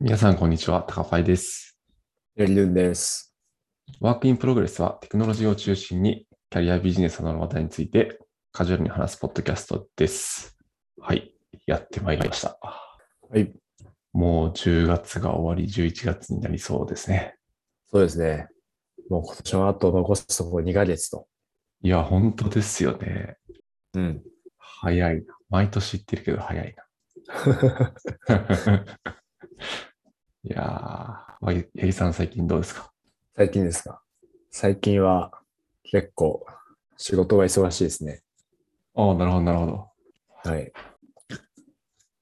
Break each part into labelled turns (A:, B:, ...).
A: 皆さん、こんにちは。高ファイです。
B: やりるんです。
A: ワークインプログレスはテクノロジーを中心にキャリアビジネスなどの話題についてカジュアルに話すポッドキャストです。はい。やってまいりました。
B: はい。
A: もう10月が終わり、11月になりそうですね。
B: そうですね。もう今年はあと残すところ2ヶ月と。
A: いや、本当ですよね。
B: うん。
A: 早いな。毎年言ってるけど早いな。 いやー、わい八木さん最近どうですか
B: 最近ですか最近は結構仕事が忙しいですね。
A: ああ、なるほど、なるほど。
B: はい。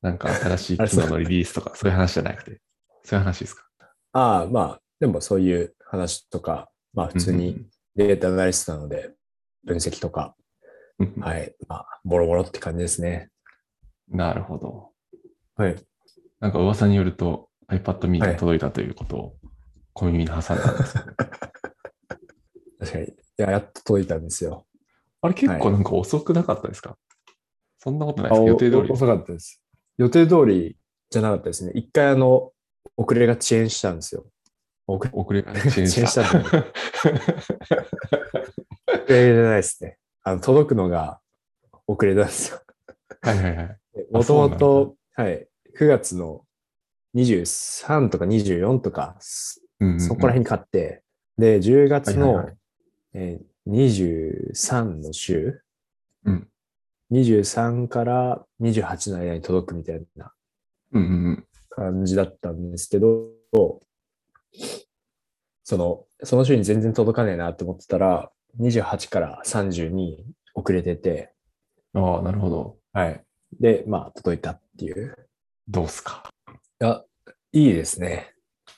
A: なんか新しい
B: あれ
A: 機能のリリースとか、そういう話じゃなくて、そういう話ですか
B: ああ、まあ、でもそういう話とか、まあ普通に。データアナリストなので分析とか、
A: うんうんうん
B: はい。まあ、ボロボロって感じですね。
A: なるほど。
B: はい。
A: なんか噂によると iPad mini
B: は
A: が
B: い
A: 届いたということを小耳に挟んだん ですけど、
B: 確かに。いや、やっと届いたんですよ。
A: あれ結構なんか遅くなかったですか、そんなことないですか予定通り
B: お遅かったです。予定通りじゃなかったですね。一回あの、遅れが遅延したんですよ。遅れ
A: 遅れが遅延した。
B: 遅延遅れじゃないですね。あの届くのが遅れたんですよ。
A: はいはいはい。あ
B: も
A: そうな
B: とも
A: んだ
B: と、はい、9月の23とか24とか、そ
A: うんうんうん
B: そこら辺に買って、で、10月の、
A: はいはいは
B: えー23の週、
A: うん
B: 23から28の間に届くみたいな
A: うんうんうん。
B: 感じだったんですけど、その、その週に全然届かねえなって思ってたら、28から30に遅れてて、
A: ああ、なるほど。
B: はい。で、まあ、届いたっていう。
A: どうっすか。
B: あ、いいですね。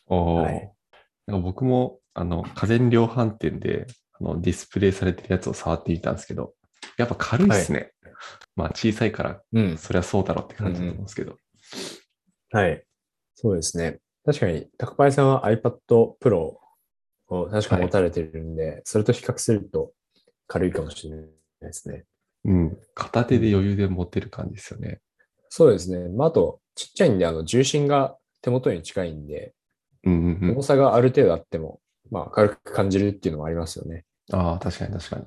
A: おー
B: はい
A: なんか僕もあの家電量販店であのディスプレイされてるやつを触ってみたんですけど、やっぱ軽いですね。まあ小さいから
B: うん。
A: そりゃそうだろうって感じだと思うんですけど。
B: はい。そうですね。確かに、高パイさんは iPad Pro を確か持たれてるんで、それと比較すると軽いかもしれないですね。
A: うん。片手で余裕で持てる感じですよね。
B: そうですね。まあ、あと、ちっちゃいんで、あの、重心が手元に近いんで、
A: うんうんうん
B: 重。さがある程度あっても、まあ、軽く感じるっていうのもありますよね。
A: ああ、確かに確か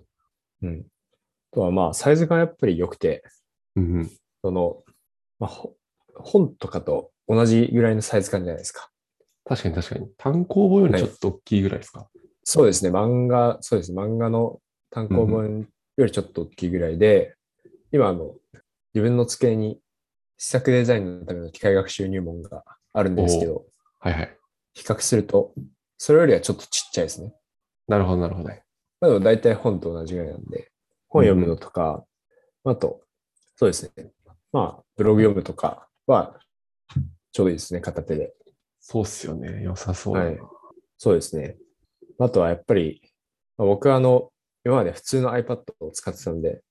A: に。
B: うん。あとは、まあ、サイズがやっぱり良くて、
A: うんうん。
B: その、まあ、ほ本とかと同じぐらいのサイズ感じゃないですか。
A: 確かに確かに。単行本よりちょっと大きいぐらいですか。
B: そうですね、漫画、そうですね、漫画の単行本よりちょっと大きいぐらいで、今あの、自分の机に試作デザインのための機械学習入門があるんですけど、
A: はいはい。
B: 比較すると、それよりはちょっとちっちゃいですね。
A: なるほどなるほど。
B: まあ、でも大体本と同じぐらいなんで、本読むのとか、あと、そうですね、まあ、ブログ読むとかは、ちょうどいいですね、片手で。
A: そうっすよね。良さそうだな。
B: はいそうですね。あとはやっぱり、まあ僕はあの、今まで普通の iPad を使ってたんで、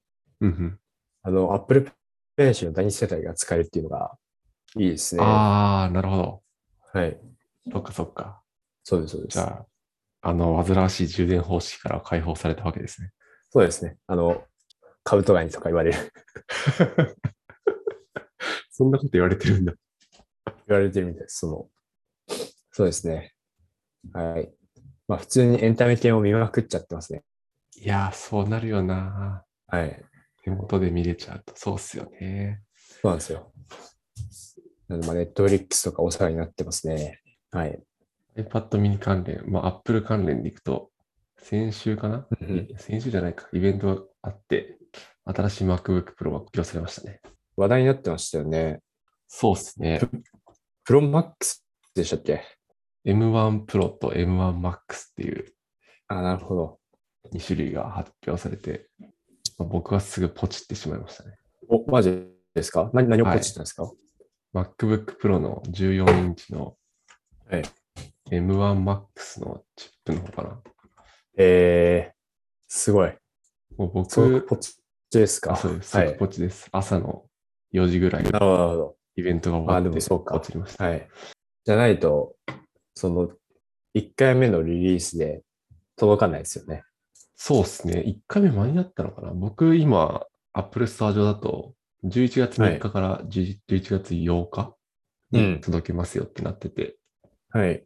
A: うんうん。
B: あの、Apple Pencil の第二世代が使えるっていうのがいいですね。は
A: ああ、なるほど。
B: い。
A: そっかそっか。
B: そうです、そうで
A: じ
B: す。
A: ゃあ、あの、煩わしい充電方式からは解放されたわけですね。
B: そうですね。あの、カブトガニとか言われる、
A: そんなこと言われてるんだ。
B: 言われてるみたいです。その、そうですね。はい。まあ、普通にエンタメ系を見まくっちゃってますね。
A: いやー、そうなるよな。
B: はい。
A: 手元で見れちゃうと、そうっすよね。
B: そうなんですよ。なので、まあ、ネットフリックスとかお世話になってますね。はい。
A: iPad mini 関連、まあ、Apple 関連でいくと、先週かな
B: うん
A: 先週じゃないか、イベントがあって、新しい MacBook Pro が発表されましたね。
B: 話題になってましたよね。
A: そうっすね。
B: プロマックスでしたっけ
A: M1 Pro と M1 Max っていう
B: あ、なるほど。
A: 2種類が発表されて、まあ僕はすぐポチってしまいましたね。
B: お、マジですか何、何をポチったんですか、
A: MacBook Pro の14インチの
B: はい
A: M1 Max のチップの方かな。
B: えー、すごい。
A: もう
B: そう
A: 僕、
B: ポチですか
A: あそうです。
B: は
A: 即
B: い。
A: ポチです。朝の4時ぐらいに
B: なるほど。
A: イベントが終わって
B: あでもそうか
A: ポチりました。
B: はい。じゃないと、その、1回目のリリースで届かないですよね。
A: そうですね。1回目間に合ったのかな。僕、今、Apple Store 上だと、11月3日から11月8日
B: うん
A: 届けますよってなってて、
B: はい。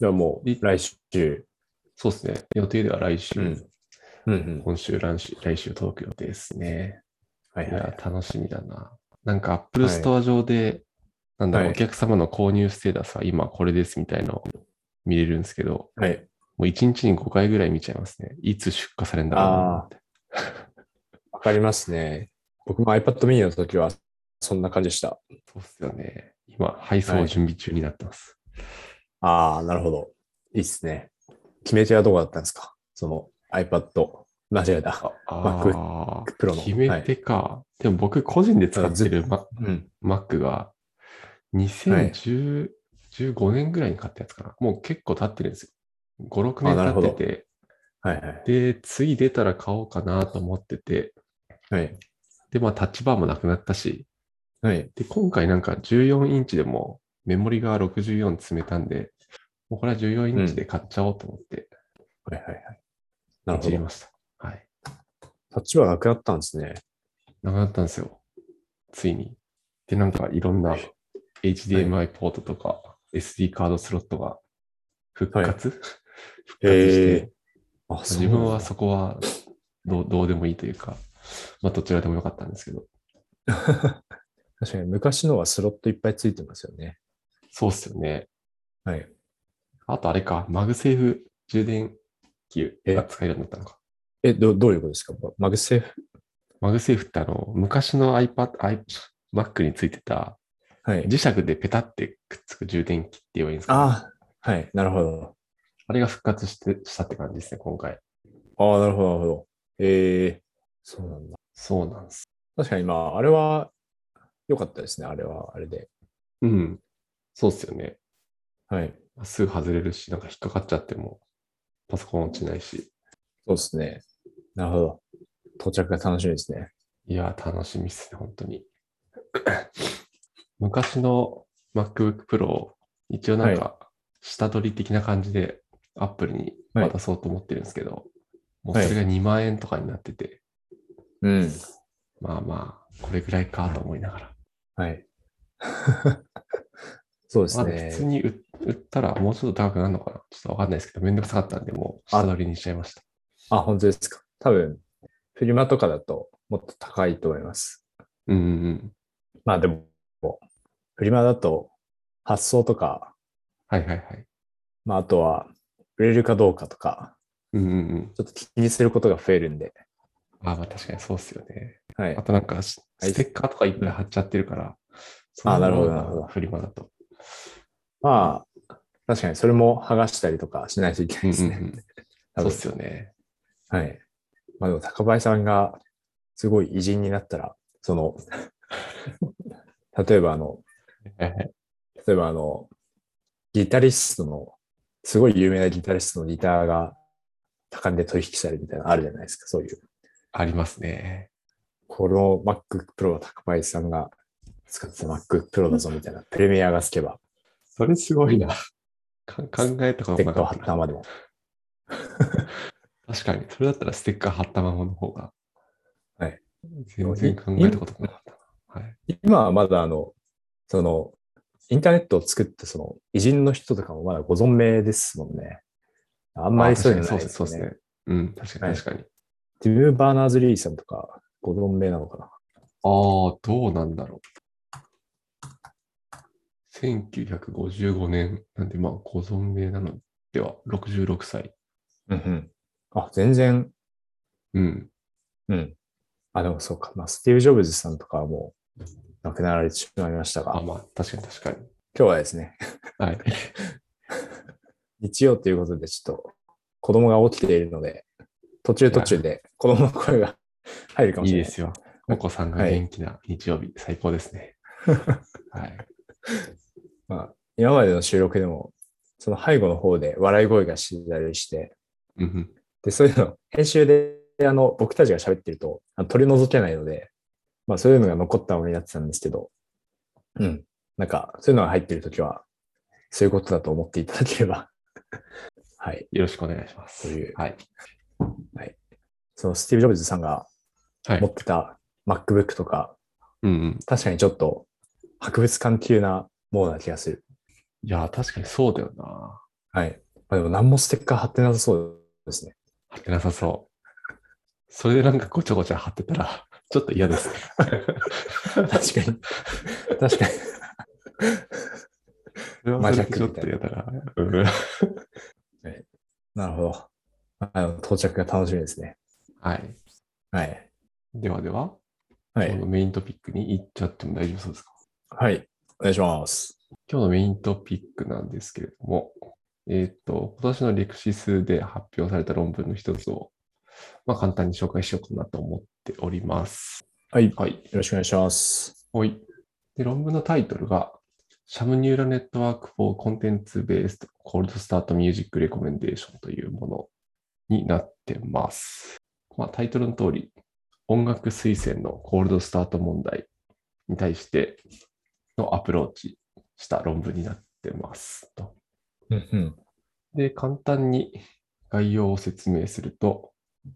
B: じゃあもう
A: い、
B: 来週。
A: そうですね。予定では来週、
B: うんうんうん。
A: 今週、来週、来週届く予定ですね。
B: はい
A: い
B: は
A: や
B: い。、
A: 楽しみだな。なんか Apple Store 上で、なんだろう、
B: はい
A: お客様の購入ステータスは今これですみたいのを見れるんですけど、
B: はい。
A: もう1日に5回ぐらい見ちゃいますね。いつ出荷されるんだろうなって。
B: わかりますね。僕も iPad mini の時は、そんな感じでした。
A: そうっすよね。今、配送準備中になってます。
B: ああ、なるほど。いいっすね。決め手はどこだったんですかその iPad。間違えた。
A: ああー、
B: Mac Pro の
A: 決め手か。でも僕個人で使ってる Ma-
B: うん。
A: Mac が2015年ぐらいに買ったやつかな。もう結構経ってるんですよ。5、6
B: あ
A: 年
B: なるほ
A: 経
B: ど
A: ってて、
B: はいはい。
A: で、次出たら買おうかなと思ってて、
B: はい。
A: で、まあタッチバーもなくなったし、
B: はい。
A: で、今回なんか14インチでもメモリが64積めたんで、もうこれは14インチで買っちゃおうと思って、
B: はいはいはい。なるほ
A: 一り
B: ど。
A: ました。はい。
B: タッチはなくなったんですね。
A: なくなったんですよ。ついに。で、なんかいろんな HDMI ポートとか SD カードスロットが復活、復活して、
B: えー。あ、そう
A: 自分はそこはどうどうでもいいというか、まあどちらでもよかったんですけど、
B: 確かに昔のはスロットいっぱいついてますよね。
A: そうっすよね。
B: はい。
A: あとあれか、マグセーフ充電器が使えるようになったのか。
B: え、どどういうことですかマグセーフ
A: マグセーフってあの、昔の iPad、i- Mac についてた
B: はい。
A: 磁石でペタってくっつく充電器って言えばいいんですか、あ
B: ああ、はい。なるほど。
A: れが復活してしたって感じですね、今回。
B: ああ、なるほど、なるほど。ええそうなんだ。
A: そうなんです。
B: 確かに、まあ、あれは良かったですね。あれは、あれで。
A: うん。そうっすよね。
B: はい。
A: すぐ外れるし、なんか引っかかっちゃっても、パソコン落ちないし。
B: そうですね。なるほど。到着が楽しみですね。
A: いやー、楽しみっすね、本当に。 昔の MacBook Pro を一応なんか、下取り的な感じで Apple に渡そうと思ってるんですけど、もうそれが2万円とかになってて、
B: うん。
A: まあまあ、これぐらいかと思いながら。
B: はい。 そうです
A: まあ、普通
B: ね。
A: に売売ったらもうちょっと高くなるのかなちょっとわかんないですけど、めんどくさかったんで、もう下取りにしちゃいました。
B: あ、本当ですか。多分、フィルマとかだともっと高いと思います。
A: うんうんうん。
B: まあでも、フリマだと発送とか、
A: はいはいはい。
B: まああとは売れるかどうかとか、
A: うんうんうん。
B: ちょっと気にすることが増えるんで、
A: ああ、まあ確かにそうっすよね。
B: はい
A: あ。となんか、ス
B: はい
A: ステッカーとかいっぱい貼っちゃってるから。
B: あーなるほど
A: そんの
B: なるほど
A: フリマだと。
B: まあ、確かにそれも剥がしたりとかしないといけないですね。
A: うんうんうん そう
B: 多分
A: っすよね。
B: はい。まあでも、高林さんがすごい偉人になったら、その、例えばあの、
A: はいはい
B: 例えばあの、ギタリストの、すごい有名なギタリストのギターが高値で取引されるみたいなのあるじゃないですか、そういう。
A: ありますね。
B: この MacBook Pro は高林さんが使ってた MacBook Pro だぞみたいな、プレミアがつけば、
A: それすごいな。か考えたこと
B: ステ
A: な
B: ッ
A: か
B: カーを
A: っ
B: 貼
A: た
B: っ
A: な
B: たままでも。
A: 確かに。それだったらステッカー貼ったままの方が。
B: はい。
A: 全然考えたことなかったな。はい。
B: 今はまだあの、その、インターネットを作ったその偉人の人とかもまだご存命ですもんね。あんまりそういうの
A: あ
B: ない
A: 確かにそうっすね。そうっすね。うん、確か
B: は
A: に
B: い
A: 確かに。
B: ティム・バーナーズ・リーさんとかご存命なのかな。
A: ああ、どうなんだろう。1955年なんで、まあ、ご存命なのでは、66歳。
B: うんうん。あ、全然、
A: うん。
B: うん。あ、でもそうか。まあ、スティーブ・ジョブズさんとかはもう亡くなられてしまいましたが、
A: あ、
B: 今
A: まあ、確かに確かに。
B: 日はですね、
A: はい。
B: 日曜ということで、ちょっと子供が起きているので、途中途中で子供の声が入るかも
A: い
B: し
A: い
B: れない。
A: ですよ。お子さんが元気な日曜日、最高です ね。はい。
B: まあ、今までの収録でも、その背後の方で笑い声がしてたりして、
A: うんうん
B: で、そういうの、編集で、あの、僕たちが喋ってると、あの取り除けないので、まあ、そういうのが残ったままになってたんですけど、うん。なんか、そういうのが入ってるときは、そういうことだと思っていただければ。 はい。
A: よろしくお願いします。
B: という
A: はい。
B: その、スティーブ・ジョブズさんが
A: はい
B: 持っ。てた MacBook とか、
A: うんうん。
B: 確かにちょっと、博物館級なもうな気がする。
A: いや、確かにそうだよな。
B: はい。まあ、でも何もステッカー貼ってなさそうですね。
A: 貼ってなさそう。それでなんかごちゃごちゃ貼ってたら、ちょっと嫌 ですね。
B: 確かに。確かに。
A: それは
B: マ
A: そ
B: ジ
A: れ
B: ャ
A: で
B: ック
A: ちょっ
B: みた
A: と
B: いな
A: 嫌だな。うん
B: なるほど。あの到着が楽しみですね。
A: はい。
B: はい。
A: ではでは、
B: は
A: 今日
B: い。
A: のメイントピックに行っちゃっても大丈夫そうですか
B: はい。お願いします。
A: 今日のメイントピックなんですけれども、えっ、と、今年のレクシスで発表された論文の一つを、まあ、簡単に紹介しようかなと思っております。
B: はい。よ
A: はい。
B: ろしくお願いします。
A: はい。で、論文のタイトルが、シャムニューラネットワーク for Content Based Cold Start Music Recommendation というものになってます。まあ、タイトルの通り、音楽推薦のコールドスタート問題に対してのアプローチした論文になってますと。
B: うんうん。
A: で、簡単に概要を説明すると、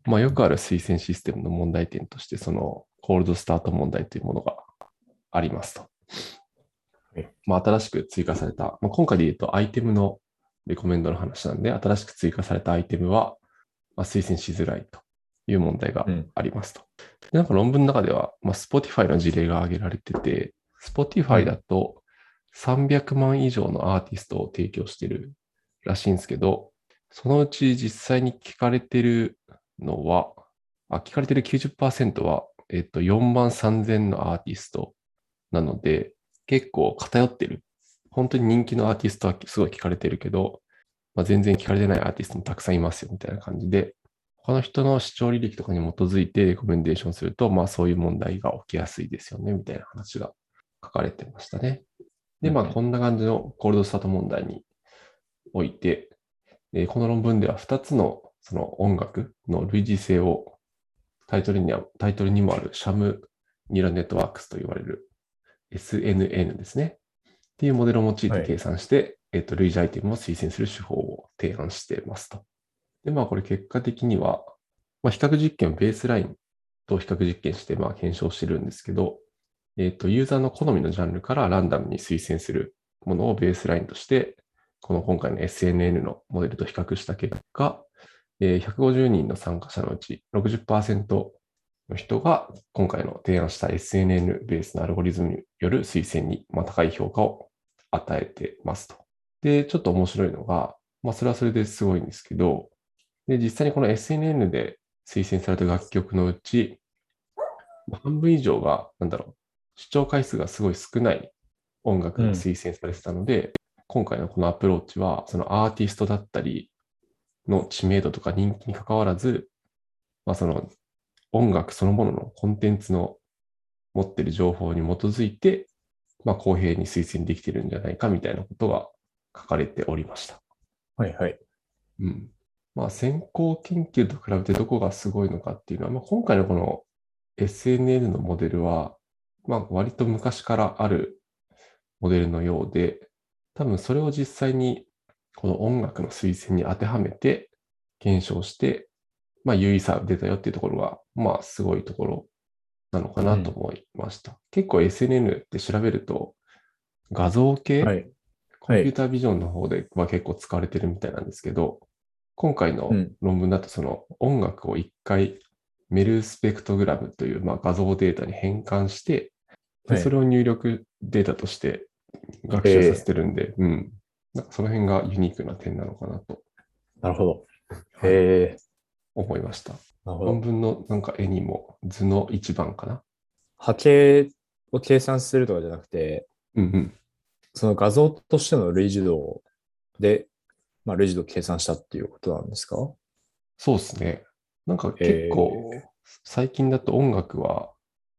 A: まあ、よくある推薦システムの問題点として、そのコールドスタート問題というものがありますと
B: はい。
A: まあ、新しく追加された、まあ、今回で言うとアイテムのレコメンドの話なんで、新しく追加されたアイテムは、まあ、推薦しづらいという問題が
B: うん
A: ありますと。でなんか論文の中では、まあ、Spotify の事例が挙げられてて、Spotify だと300万以上のアーティストを提供してるらしいんですけど、そのうち実際に聞かれてるのは、あ聞かれてる90%は、えっと、4万3000のアーティストなので、結構偏ってる。本当に人気のアーティストはすごい聞かれてるけど、まあ、全然聞かれてないアーティストもたくさんいますよみたいな感じで、他の人の視聴履歴とかに基づいてレコメンデーションすると、まあそういう問題が起きやすいですよねみたいな話が書かれてましたね。で、まあ
B: うんうん
A: こんな感じのコールドスタート問題において、えーこの論文では2つのその音楽の類似性をタイトルにはタイトルにもあるシャムニューラルネットワークスと言われる SNN ですね。っていうモデルを用いて
B: はい
A: 計算して、えっと、類似アイテムを推薦する手法を提案していますと。で、まあこれ結果的には、まあ、比較実験、ベースラインと比較実験して、まあ検証してるんですけど、えっと、ユーザーの好みのジャンルからランダムに推薦するものをベースラインとして、この今回の SNN のモデルと比較した結果、えー150人の参加者のうち60%の人が今回の提案した SNN ベースのアルゴリズムによる推薦にまあ高い評価を与えてますと。で、ちょっと面白いのが、まあ、それはそれですごいんですけど、で、実際にこの SNN で推薦された楽曲のうち、まあ半分以上が、なんだろう、視聴回数がすごい少ない音楽が推薦されてたので、今回のこのアプローチは、そのアーティストだったりの知名度とか人気に関わらず、まあ、その音楽そのもののコンテンツの持ってる情報に基づいて、まあ、公平に推薦できてるんじゃないかみたいなことが書かれておりました。
B: はいはい。
A: うん。まあ、先行研究と比べてどこがすごいのかっていうのは、まあ、今回のこの SNN のモデルは、まあ、割と昔からあるモデルのようで、多分それを実際にこの音楽の推薦に当てはめて検証して、まあ、有意差が出たよっていうところが、まあ、すごいところなのかなと思いました。結構 SNN って調べると、画像系、
B: はい。
A: コンピュータービジョンの方では結構使われてるみたいなんですけど、今回の
B: うん
A: 論文だとその音楽を一回メルスペクトグラムというまあ画像データに変換して、で
B: はい
A: それを入力データとして学習させてるんで、うん。なんかその辺がユニークな点なのかなと
B: なるほど。へえ。
A: 思いました。
B: なるほ
A: 論
B: ど。
A: 文のなんか絵にも図の一番かな。
B: 波形を計算するとかじゃなくて、
A: うんうん。
B: その画像としての類似度で、まあ、類似度を計算したっていうことなんですか
A: そうですね。なんか結構、最近だと音楽は、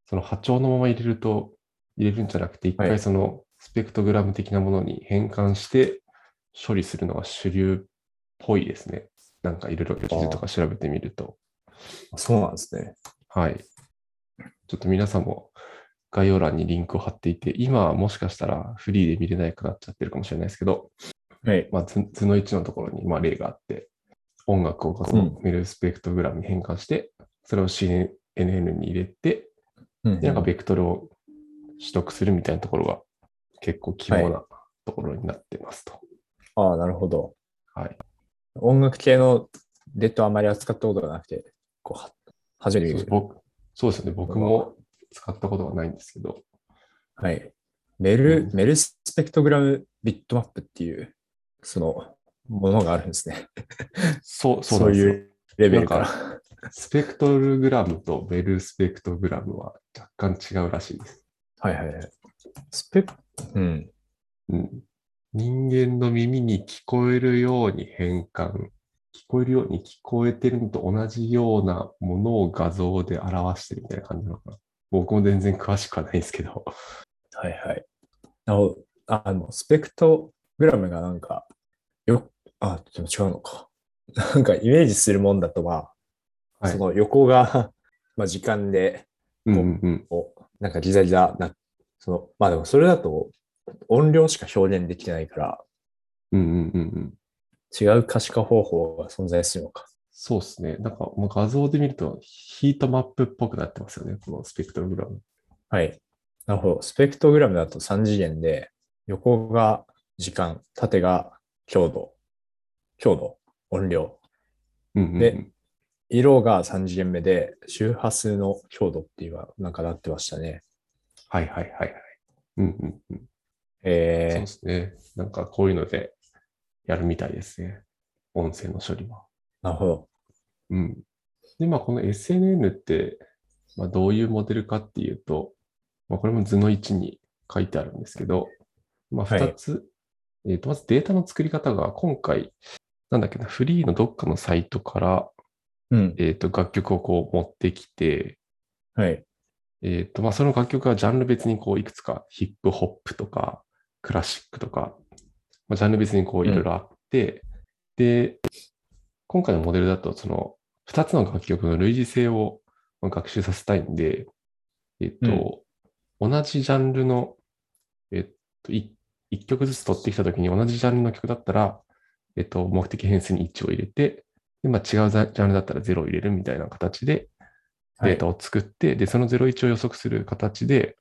A: その波長のまま入れると、入れるんじゃなくて、一
B: は
A: 回
B: い
A: そのスペクトグラム的なものに変換して処理するのが主流っぽいですね。なんかいろいろ記事とか調べてみると。
B: そうなんですね。
A: はい。ちょっと皆さんも概要欄にリンクを貼っていて、今はもしかしたらフリーで見れなくなっちゃってるかもしれないですけど、
B: はい。
A: まあ、図図の1のところにまあ例があって、音楽を画像
B: うん
A: メルスペクトグラムに変換して、それを CNN に入れて、
B: うん
A: でなんかベクトルを取得するみたいなところが結構肝なところになってますと。
B: ああ、なるほど。
A: はい。
B: 音楽系のデッドあまり扱ったことがなくて、こう、は初
A: そう
B: めて
A: で
B: 見
A: す
B: る。
A: 僕そうですよね。僕も使ったことがないんですけど、
B: はい。メル、
A: うん
B: メルスペクトグラムビットマップっていう、その、ものがあるんですね。
A: そう、
B: そう
A: そうなんですよ
B: いうレベルか
A: な
B: ら。
A: スペクトルグラムとベルスペクトグラムは若干違うらしいです。
B: はいはいはい。スペク、うん。
A: うん、人間の耳に聞こえるように変換、聞こえるように聞こえてるのと同じようなものを画像で表してるみたいな感じなのかな。僕も全然詳しくはないですけど。
B: はいはい。なお、ああの、スペクトグラムがなんか、よ、あ、でも違うのか。なんかイメージするもんだとまあ、
A: はい
B: その横が、まあ時間で、
A: うんうんうん。
B: こうなんかギザギザな、その、まあでもそれだと音量しか表現できてないから、
A: うんうんうんうん。
B: 違う可視化方法が存在するのか。
A: そうですね。なんかもう画像で見るとヒートマップっぽくなってますよね。このスペクトルグラム。
B: はい。なるほど。スペクトグラムだと3次元で、横が時間、縦が強度、強度、音量、
A: うんうんうん、
B: で色が3次元目で、周波数の強度っていうのはなんかなってましたね。
A: はいはいはいはい。うんうんうん。そう
B: え
A: ですね。なんかこういうのでやるみたいですね。音声の処理は。
B: ー、なるほど。
A: うん。で、まあこの SNN って、まあ、どういうモデルかっていうと、まあ、これも図の1に書いてあるんですけど、まあ
B: はい
A: 2つ、えっ、と、まずデータの作り方が今回、なんだっけな、フリーのどっかのサイトから、
B: うん。
A: えっ、と、楽曲をこう持ってきて、
B: はい。
A: えっ、と、まあ、その楽曲はジャンル別にこう、いくつか、ヒップホップとか、クラシックとか、まあ、ジャンル別にこ
B: う
A: う、
B: ん
A: いろいろあって、で、今回のモデルだと、その、2つの楽曲の類似性をまあ学習させたいんで、えっ、と、同じジャンルの、えっ、と、1曲ずつ取ってきたときに同じジャンルの曲だったら、えっ、と、目的変数に1を入れて、で、まあ、違うジャジャンルだったら0を入れるみたいな形で、
B: はい
A: データを作って、で、その01を予測する形で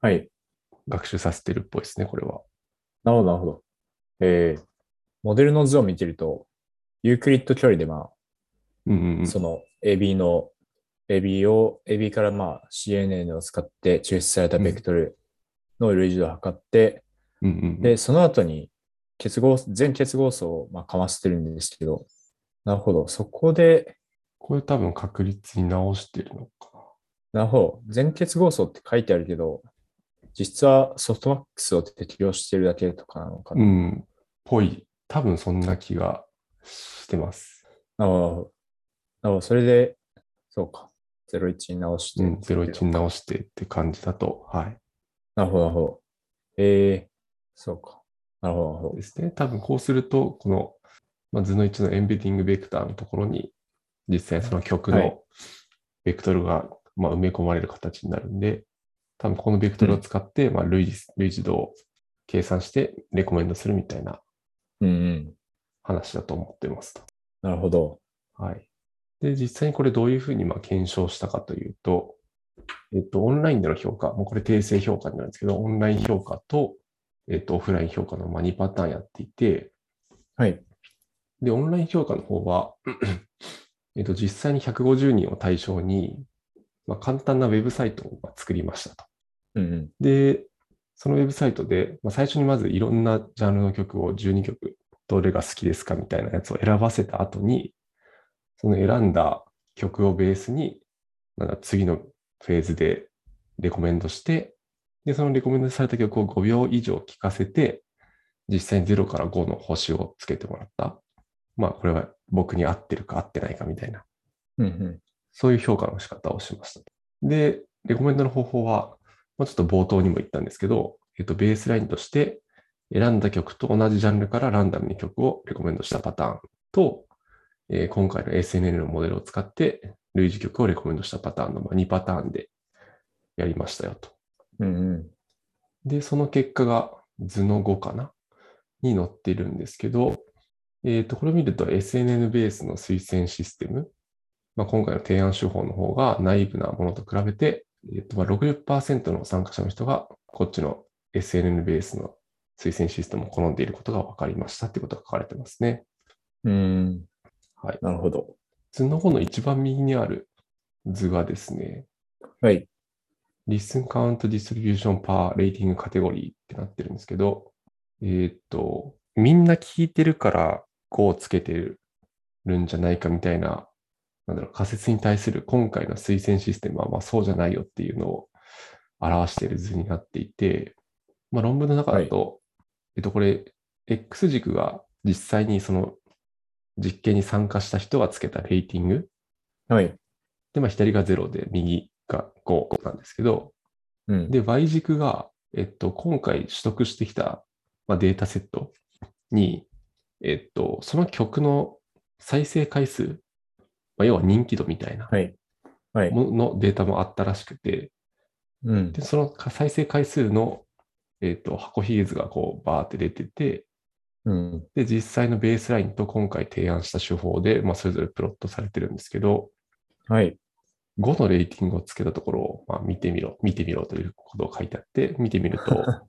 B: はい。
A: 学習させてるっぽいですね、これは。
B: なるほど、なるほど。えー、モデルの図を見てると、ユークリッド距離で、ま
A: うんうんう
B: あ、
A: ん。
B: その AB の、AB を、AB からまあ CNN を使って抽出されたベクトルの類似度を測って、
A: うんうんうん
B: で、その後に結合、全結合素をまあかませてるんですけど、なるほど。そこで、
A: これ多分確率に直してるのか
B: なるほど。全結合素って書いてあるけど、実はソフトマックスを適用してるだけとかなのか
A: な。
B: な。
A: うん。ぽい。多分そんな気がしてます。
B: なるほど。なるほど。それで、そうか。01に直して。
A: うん、01に直してって感じだと。はい。
B: なるほど、なるほど。えー、そうか。なるほど、なるほど。
A: ですね。多分こうすると、この、まあ、図の1のエンベディングベクターのところに、実際その曲
B: はい
A: のベクトルが、まあ、埋め込まれる形になるんで、多分このベクトルを使って、まあ、類似、類似度を計算してレコメンドするみたいな
B: うんうん。
A: 話だと思ってますと。
B: なるほど。
A: はい。で、実際にこれどういうふうにまあ検証したかというと、えっと、オンラインでの評価、もうこれ定性評価になるんですけど、オンライン評価と、えっと、オフライン評価のまあ2パターンやっていて、
B: はい。
A: で、オンライン評価の方は、えっと、実際に150人を対象に、まあ、簡単なウェブサイトをまあ作りましたと。
B: うんうん。
A: で、そのウェブサイトで、まあ、最初にまずいろんなジャンルの曲を12曲、どれが好きですかみたいなやつを選ばせた後に、その選んだ曲をベースに、なんか次のフェーズでレコメンドして、で、そのレコメンドされた曲を5秒以上聴かせて、実際に0から5の星をつけてもらった。まあ、これは僕に合ってるか合ってないかみたいな。
B: うんうん。
A: そういう評価の仕方をしました。で、レコメンドの方法は、まあ、ちょっと冒頭にも言ったんですけど、えっと、ベースラインとして選んだ曲と同じジャンルからランダムに曲をレコメンドしたパターンと、えー今回の SNN のモデルを使って類似曲をレコメンドしたパターンの2パターンでやりましたよと。
B: うんうん。
A: で、その結果が図の5かなに載っているんですけど、えっ、と、これを見ると SNN ベースの推薦システム、まあ、今回の提案手法の方がナイーブなものと比べて、えーとまあ、60%の参加者の人がこっちの SNN ベースの推薦システムを好んでいることが分かりましたってことが書かれてますね。
B: うん。
A: はい。
B: なるほど。
A: 図の方の一番右にある図がですね、
B: はい。
A: Listen Count Distribution Per Rating Category ってなってるんですけど、えーっと、みんな聞いてるから5をつけてるんじゃないかみたいな、なんだろう、仮説に対する今回の推薦システムはまあそうじゃないよっていうのを表している図になっていて、まあ、論文の中だと、えっと、これ、X 軸が実際にその実験に参加した人がつけたレーティング
B: はい。
A: で、まあ、左が0で、右が5なんですけど、
B: うん。
A: で、Y 軸が、えっと、今回取得してきた、まあ、データセットに、えっと、その曲の再生回数、まあ、要は人気度みたいな
B: はい。はい。
A: もののデータもあったらしくて、
B: うん。
A: で、その再生回数の、えっと、箱ひげ図がこう、バーって出てて、
B: うん。
A: で、実際のベースラインと今回提案した手法で、まあ、それぞれプロットされてるんですけど、
B: はい。
A: 5のレーティングをつけたところを、まあ、見てみろ、見てみろということを書いてあって、見てみると、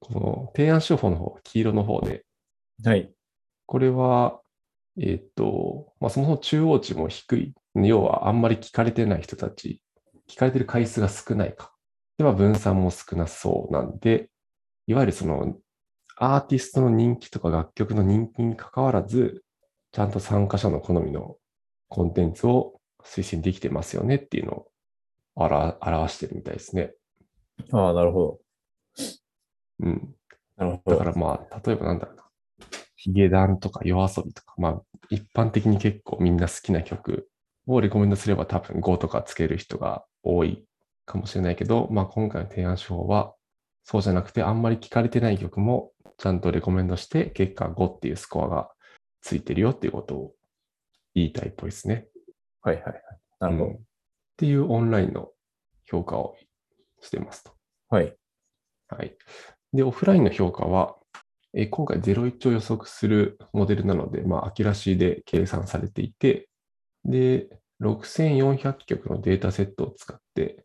A: この提案手法の方、黄色の方で、
B: はい。
A: これは、えーっと、まあ、そもそも中央値も低い。要は、あんまり聞かれてない人たち、聞かれてる回数が少ないか。では、分散も少なそうなんで、いわゆるその、アーティストの人気とか楽曲の人気に関わらず、ちゃんと参加者の好みのコンテンツを推薦できてますよねっていうのを表表してるみたいですね。
B: ああ、なるほ
A: うん。
B: ど。なるほ
A: だ
B: ど。
A: からまあ、例えばなんだろうな。ヒゲダンとか夜遊びとか、まあ、一般的に結構みんな好きな曲をレコメンドすれば多分5とかつける人が多いかもしれないけど、まあ今回の提案手法はそうじゃなくてあんまり聞かれてない曲もちゃんとレコメンドして結果5っていうスコアがついてるよっていうことを言いたいっぽいですね。
B: はいはいはい。なるほ
A: うんっ
B: ど。
A: ていうオンラインの評価をしてますと。
B: はい。
A: はい。で、オフラインの評価は、えー今回01を予測するモデルなので、まあ、秋らしいで計算されていて、で、6400曲のデータセットを使って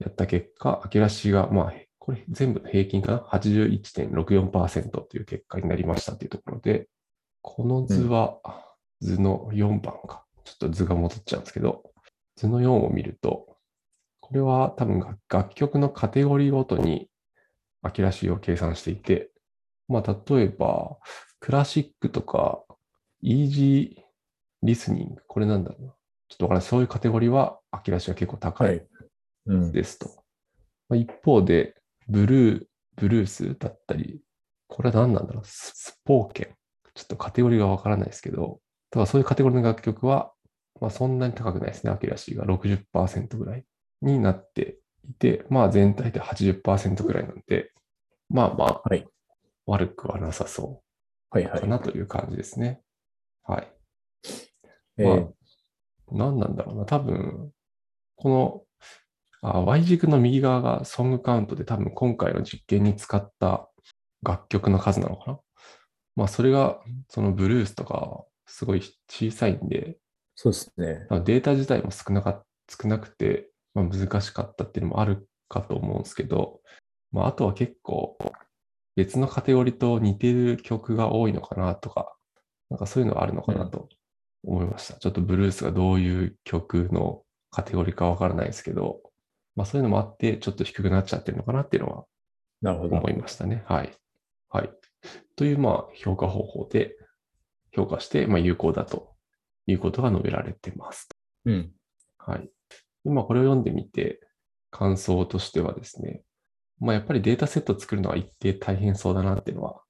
A: やった結果、秋らしいが、まあ、これ全部の平均かな ?81.64% という結果になりましたというところで、この図は図の4番か。ちょっと図が戻っちゃうんですけど、図の4を見ると、これは多分楽楽曲のカテゴリーごとに秋らしいを計算していて、まあ、例えば、クラシックとか、イージーリスニング、これなんだろうな。ちょっとわからない。そういうカテゴリーは、秋らしいが結構高
B: はいい。うん。
A: ですと。まあ一方で、ブルー、ブルースだったり、これは何なんだろう。ススポーケン。ちょっとカテゴリーがわからないですけど、ただそういうカテゴリーの楽曲は、まあそんなに高くないですね。秋らしいが60%ぐらいになっていて、まあ全体で80%ぐらいなんで、まあまあ、
B: はい
A: 悪くはなさそ
B: はいうは
A: か
B: い。
A: なという感じですね。はい。
B: え
A: まあ
B: ー、
A: 何なんだろうな、多分、このあ Y 軸の右側がソングカウントで多分今回の実験に使った楽曲の数なのかな。まあそれがそのブルースとかすごい小さいんで、
B: そうですね。
A: まあデータ自体も少なか少なくて、まあ、難しかったっていうのもあるかと思うんですけど、まあ、あとは結構別のカテゴリーと似てる曲が多いのかなとか、なんかそういうのはあるのかなと思いました。ちょっとブルースがどういう曲のカテゴリーかわからないですけど、まあそういうのもあってちょっと低くなっちゃってるのかなっていうのは
B: なるほど
A: 思。いましたね。はい。はい。という、まあ、評価方法で評価して、まあ、有効だということが述べられてます。
B: うん。
A: はい。今これを読んでみて、感想としてはですね、まあ、やっぱりデータセット作るのは一定大変そうだなっていうのは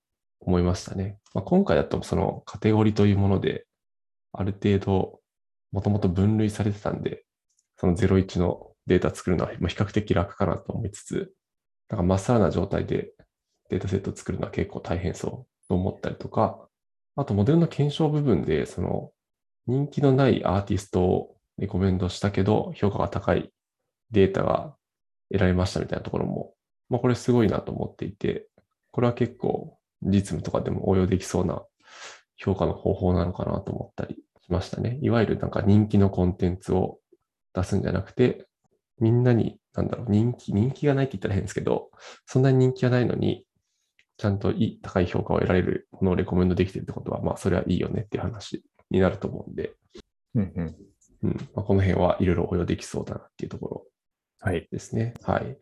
A: 思いましたね。まあ、今回だとそのカテゴリーというもので、ある程度、もともと分類されてたんで、その01のデータ作るのはまあ比較的楽かなと思いつつ、なんかまっさらな状態でデータセット作るのは結構大変そうと思ったりとか、あとモデルの検証部分で、その人気のないアーティストをレコメンドしたけど、評価が高いデータが得られましたみたいなところも、まあ、これすごいなと思っていて、これは結構実務とかでも応用できそうな評価の方法なのかなと思ったりしましたね。いわゆるなんか人気のコンテンツを出すんじゃなくて、みんなになんだろう、人気、人気がないって言ったら変ですけど、そんなに人気がないのに、ちゃんといい、高い評価を得られるものをレコメンドできてるってことは、まあ、それはいいよねっていう話になると思うんで、
B: うんうん。
A: うん、まあ、この辺はいろいろ応用できそうだなっていうところ
B: はい。
A: ですね。はい。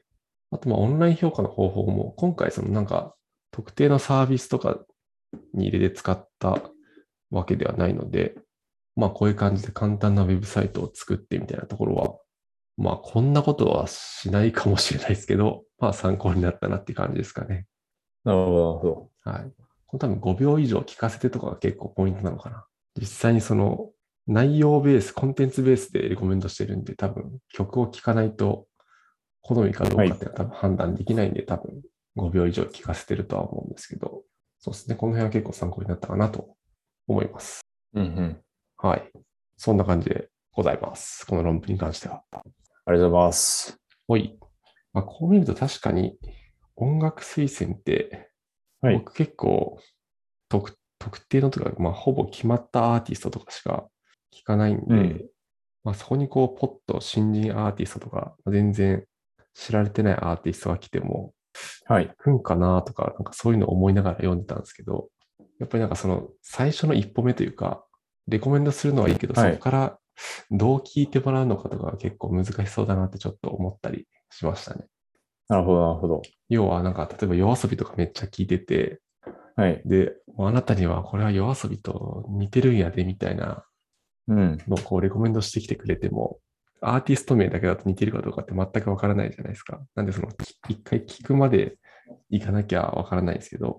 A: あと、まあ、オンライン評価の方法も、今回、そのなんか、特定のサービスとかに入れて使ったわけではないので、まあ、こういう感じで簡単なウェブサイトを作ってみたいなところは、まあ、こんなことはしないかもしれないですけど、まあ、参考になったなっていう感じですかね。
B: なるほど、なるほど。
A: はい。この多分5秒以上聞かせてとかが結構ポイントなのかな。実際にその内容ベース、コンテンツベースでレコメンドしてるんで、多分曲を聴かないと好みかどうかっていうのは多分判断できないんで、多分5秒以上聞かせてるとは思うんですけど、そうですね。この辺は結構参考になったかなと思います。
B: うんうん。
A: はい。そんな感じでございます。この論文に関しては。
B: ありがとうございます。
A: ほい。まあ、こう見ると確かに音楽推薦って、
B: はい
A: 僕結構特特定のとか、まあ、ほぼ決まったアーティストとかしか聞かないんで、
B: うん
A: まあ、そこにこう、ポッと新人アーティストとか、全然知られてないアーティストが来ても、
B: はい。
A: くんかなとか、なんかそういうのを思いながら読んでたんですけど、やっぱりなんかその最初の一歩目というか、レコメンドするのはいいけど、
B: はい
A: そこからどう聞いてもらうのかとかが結構難しそうだなってちょっと思ったりしましたね。
B: なるほど、なるほど。
A: 要はなんか例えば夜遊びとかめっちゃ聞いてて、
B: はい。
A: で、もうあなたにはこれは夜遊びと似てるんやでみたいな
B: うん。
A: のをこうレコメンドしてきてくれても、アーティスト名だけだと似てるかどうかって全くわからないじゃないですか。なんでその一回聞くまで行かなきゃわからないんですけど、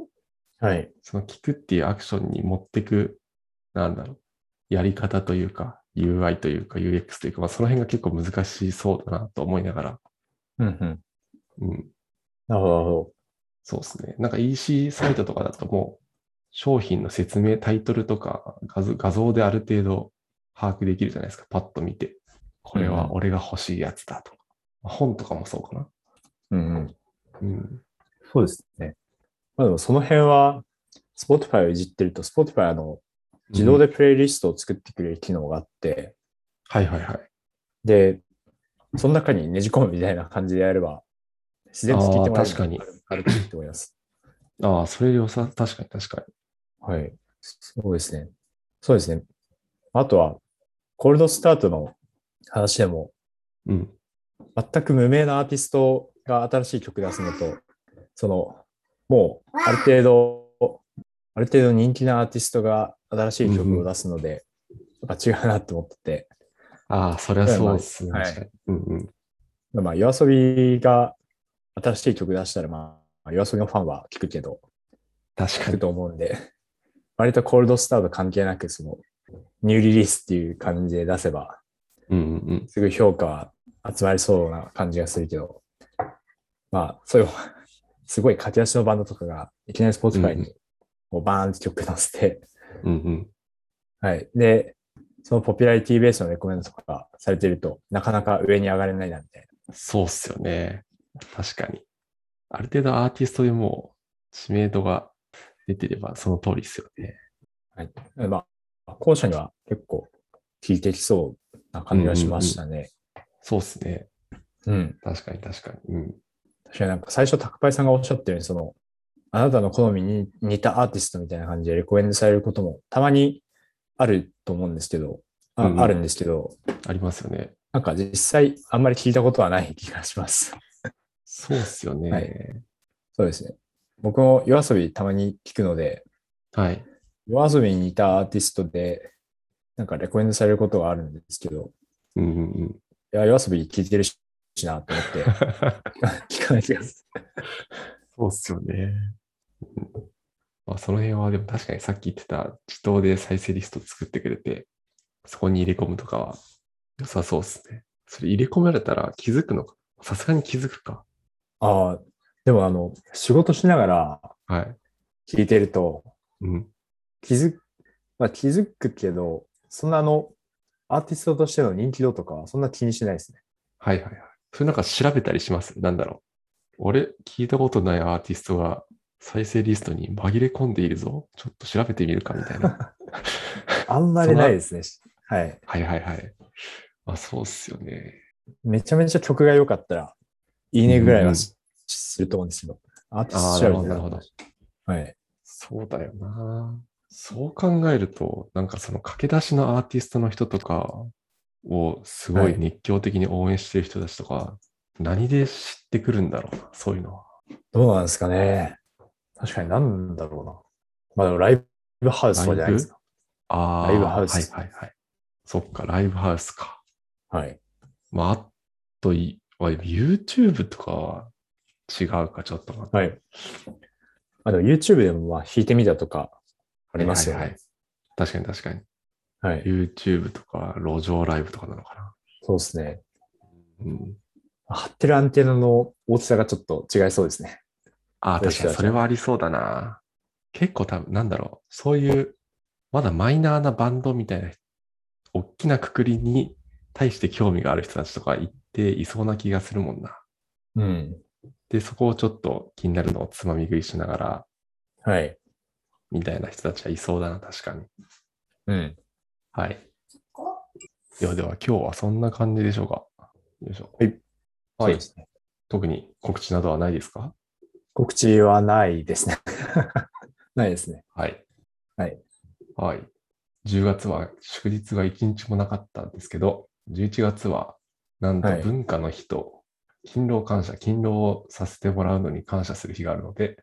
B: はい。
A: その聞くっていうアクションに持ってく、なんだろう、やり方というか、UI というか UX というか、まあ、その辺が結構難しそうだなと思いながら、
B: うんうん。
A: うん、
B: なるほど、なるほど。
A: そうですね。なんか EC サイトとかだともう、商品の説明、タイトルとか画像画像である程度把握できるじゃないですか。パッと見て、これは俺が欲しいやつだとか。まあ本とかもそうかな。
B: うんうん。
A: うん。
B: そうですね。まあでもその辺は、Spotify をいじってると、Spotify あの、自動
A: で。
B: でプレイリストを作ってくれる機能があって、
A: はいはいはい。
B: で、その中にねじ込むみたいな感じでやれば、自然と聞いてもらえる
A: あー確かに
B: あるかなと思います。
A: ああ、それ良さ、確かに確か
B: はい。そうですね。そうですね。あとは、コールドスタートの話でも、
A: に。うん。
B: 全く無名なアーティストが新しい曲出すのと、その、もう、ある程度、ある程度人気なアーティストが新しい曲を出すので、やっぱ違うなって思ってて、
A: ああ、そりゃそうですね。
B: はい
A: 確かに。うんうん。
B: まあ、夜遊びが新しい曲出したら、まあ、夜遊びのファンは聞くけど、
A: 確か
B: 聞く
A: に。
B: と思うんで、割とコールドスタート関係なく、その、ニューリリースっていう感じで出せば、
A: うんうんうん。
B: すぐ評価は集まりそうな感じがするけど、まあ、そう いう、すごい駆け足のバンドとかが、いきなりスポーツ界
A: うんう
B: に、こうバーンって曲出して、
A: うんうん。
B: はい。で、そのポピュラリティベースのレコメンドとかがされてると、なかなか上に上がれないな、みたい
A: そうっすよね。確かに。ある程度アーティストでもう知名度が出てればその通りですよね。
B: な。まあ、後者には結構効いてきそうな感じがしましたね。
A: そうっすね。
B: うん
A: 確かに確かに。うん。
B: 確かになんか最初、宅配さんがおっしゃったように、その、あなたの好みに似たアーティストみたいな感じでレコメンドされることもたまにあると思うんですけど、あ,、
A: うんうん
B: あるんですけど、
A: ありますよね。
B: なんか実際あんまり聞いたことはない気がします。
A: そうっすよね。
B: は
A: はい
B: い。そうですね。僕も夜遊びたまに聞くので、夜遊びに似たアーティストで、なんかレコメンドされることがあるんですけど、
A: うんうんうん。
B: いや、夜遊び聞いてるしなと思って聞かない気がす
A: そうっすよね。うんまあ、その辺はでも確かにさっき言ってた自動で再生リスト作ってくれて、そこに入れ込むとかは良さそうっすね。それ入れ込まれたら気づくのか。さすがに気づくか。
B: る。ああ、でもあの、仕事しながら
A: はい。
B: 聞いてると、
A: うん。
B: 気づく、まあ気づくけど、そんなあの、アーティストとしての人気度とかはそんな気にしないですね。
A: はいはいはい。それなんか調べたりしますなんだろう。俺、聞いたことないアーティストが再生リストに紛れ込んでいるぞ。ちょっと調べてみるかみたい な。
B: あんまりないですね。はい。
A: はいはいはい。あ、そうっすよね。
B: めちゃめちゃ曲が良かったら、いいねぐらい
A: うん
B: はすすると思うんですけど、アーティ
A: あ
B: ス
A: あ、な
B: ト調
A: る
B: べ
A: ほ
B: て
A: ど、な
B: な
A: る
B: か
A: ほ
B: った
A: ど。
B: はい。
A: そうだよな。そう考えると、なんかその駆け出しのアーティストの人とかをすご
B: はいい
A: 熱狂的に応援してる人たちとか、何で知ってくるんだろうな、そういうのは。
B: どうなんですかね。確かになんだろうな。まあでもライブハウスとかじゃないですか。
A: ああ、
B: ライブハウス
A: はいはいはい。そっか、ライブハウスか。
B: はい。
A: まあ、あとい、まあ YouTube とかは違うか、ちょっと待って。
B: はい。あでも YouTube でもまあ弾いてみたとかありますよ
A: はいは
B: ね
A: い。確かに確かに。
B: はい
A: YouTube とか路上ライブとかなのかな。
B: そうですね。
A: うん、
B: 張ってるアンテナの大きさがちょっと違いそうですね。
A: ああ、
B: そうで
A: 確
B: す
A: かにそれはありそうだな。結構多分、なんだろう。そういう、まだマイナーなバンドみたいな、大きなくくりに対して興味がある人たちとか行っていそうな気がするもんな。
B: うん。
A: で、そこをちょっと気になるのをつまみ食いしながら、
B: はい。
A: みたいな人たちはいそうだな、確かに。
B: うん。
A: はい。ではでは今日はそんな感じでしょうか。よいしょ。
B: はい。
A: は
B: そう
A: い
B: で。すね。
A: 特に告知などはないですか
B: 告知はないですね。 ないですね。
A: はい。
B: はい。
A: はい。10月は祝日が1日もなかったんですけど、11月はなんと
B: はい
A: 文化の日と、勤労感謝、勤労をさせてもらうのに感謝する日があるので、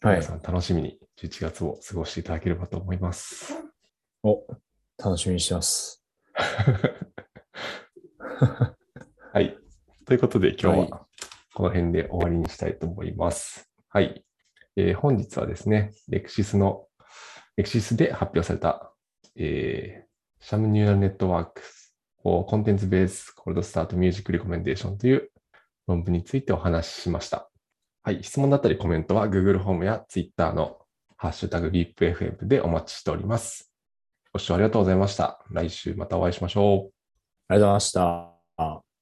B: は
A: 皆
B: い
A: さ。ん楽しみに11月を過ごしていただければと思います。
B: お、楽しみにして ます。
A: はい。ということで、今
B: はい
A: 日はこの辺で終わりにしたいと思います。はい。えー本日はですね、レクシスの、レクシスで発表された、えーシャムニューラルネットワークス、コンテンツベース、コールドスタートミュージックレコメンデーションという論文についてお話ししました。はい。質問だったりコメントは Google ホームや Twitter のハッシュタグ LEAPFM でお待ちしております。ご視聴ありがとうございました。来週またお会いしましょう。
B: ありがとうございました。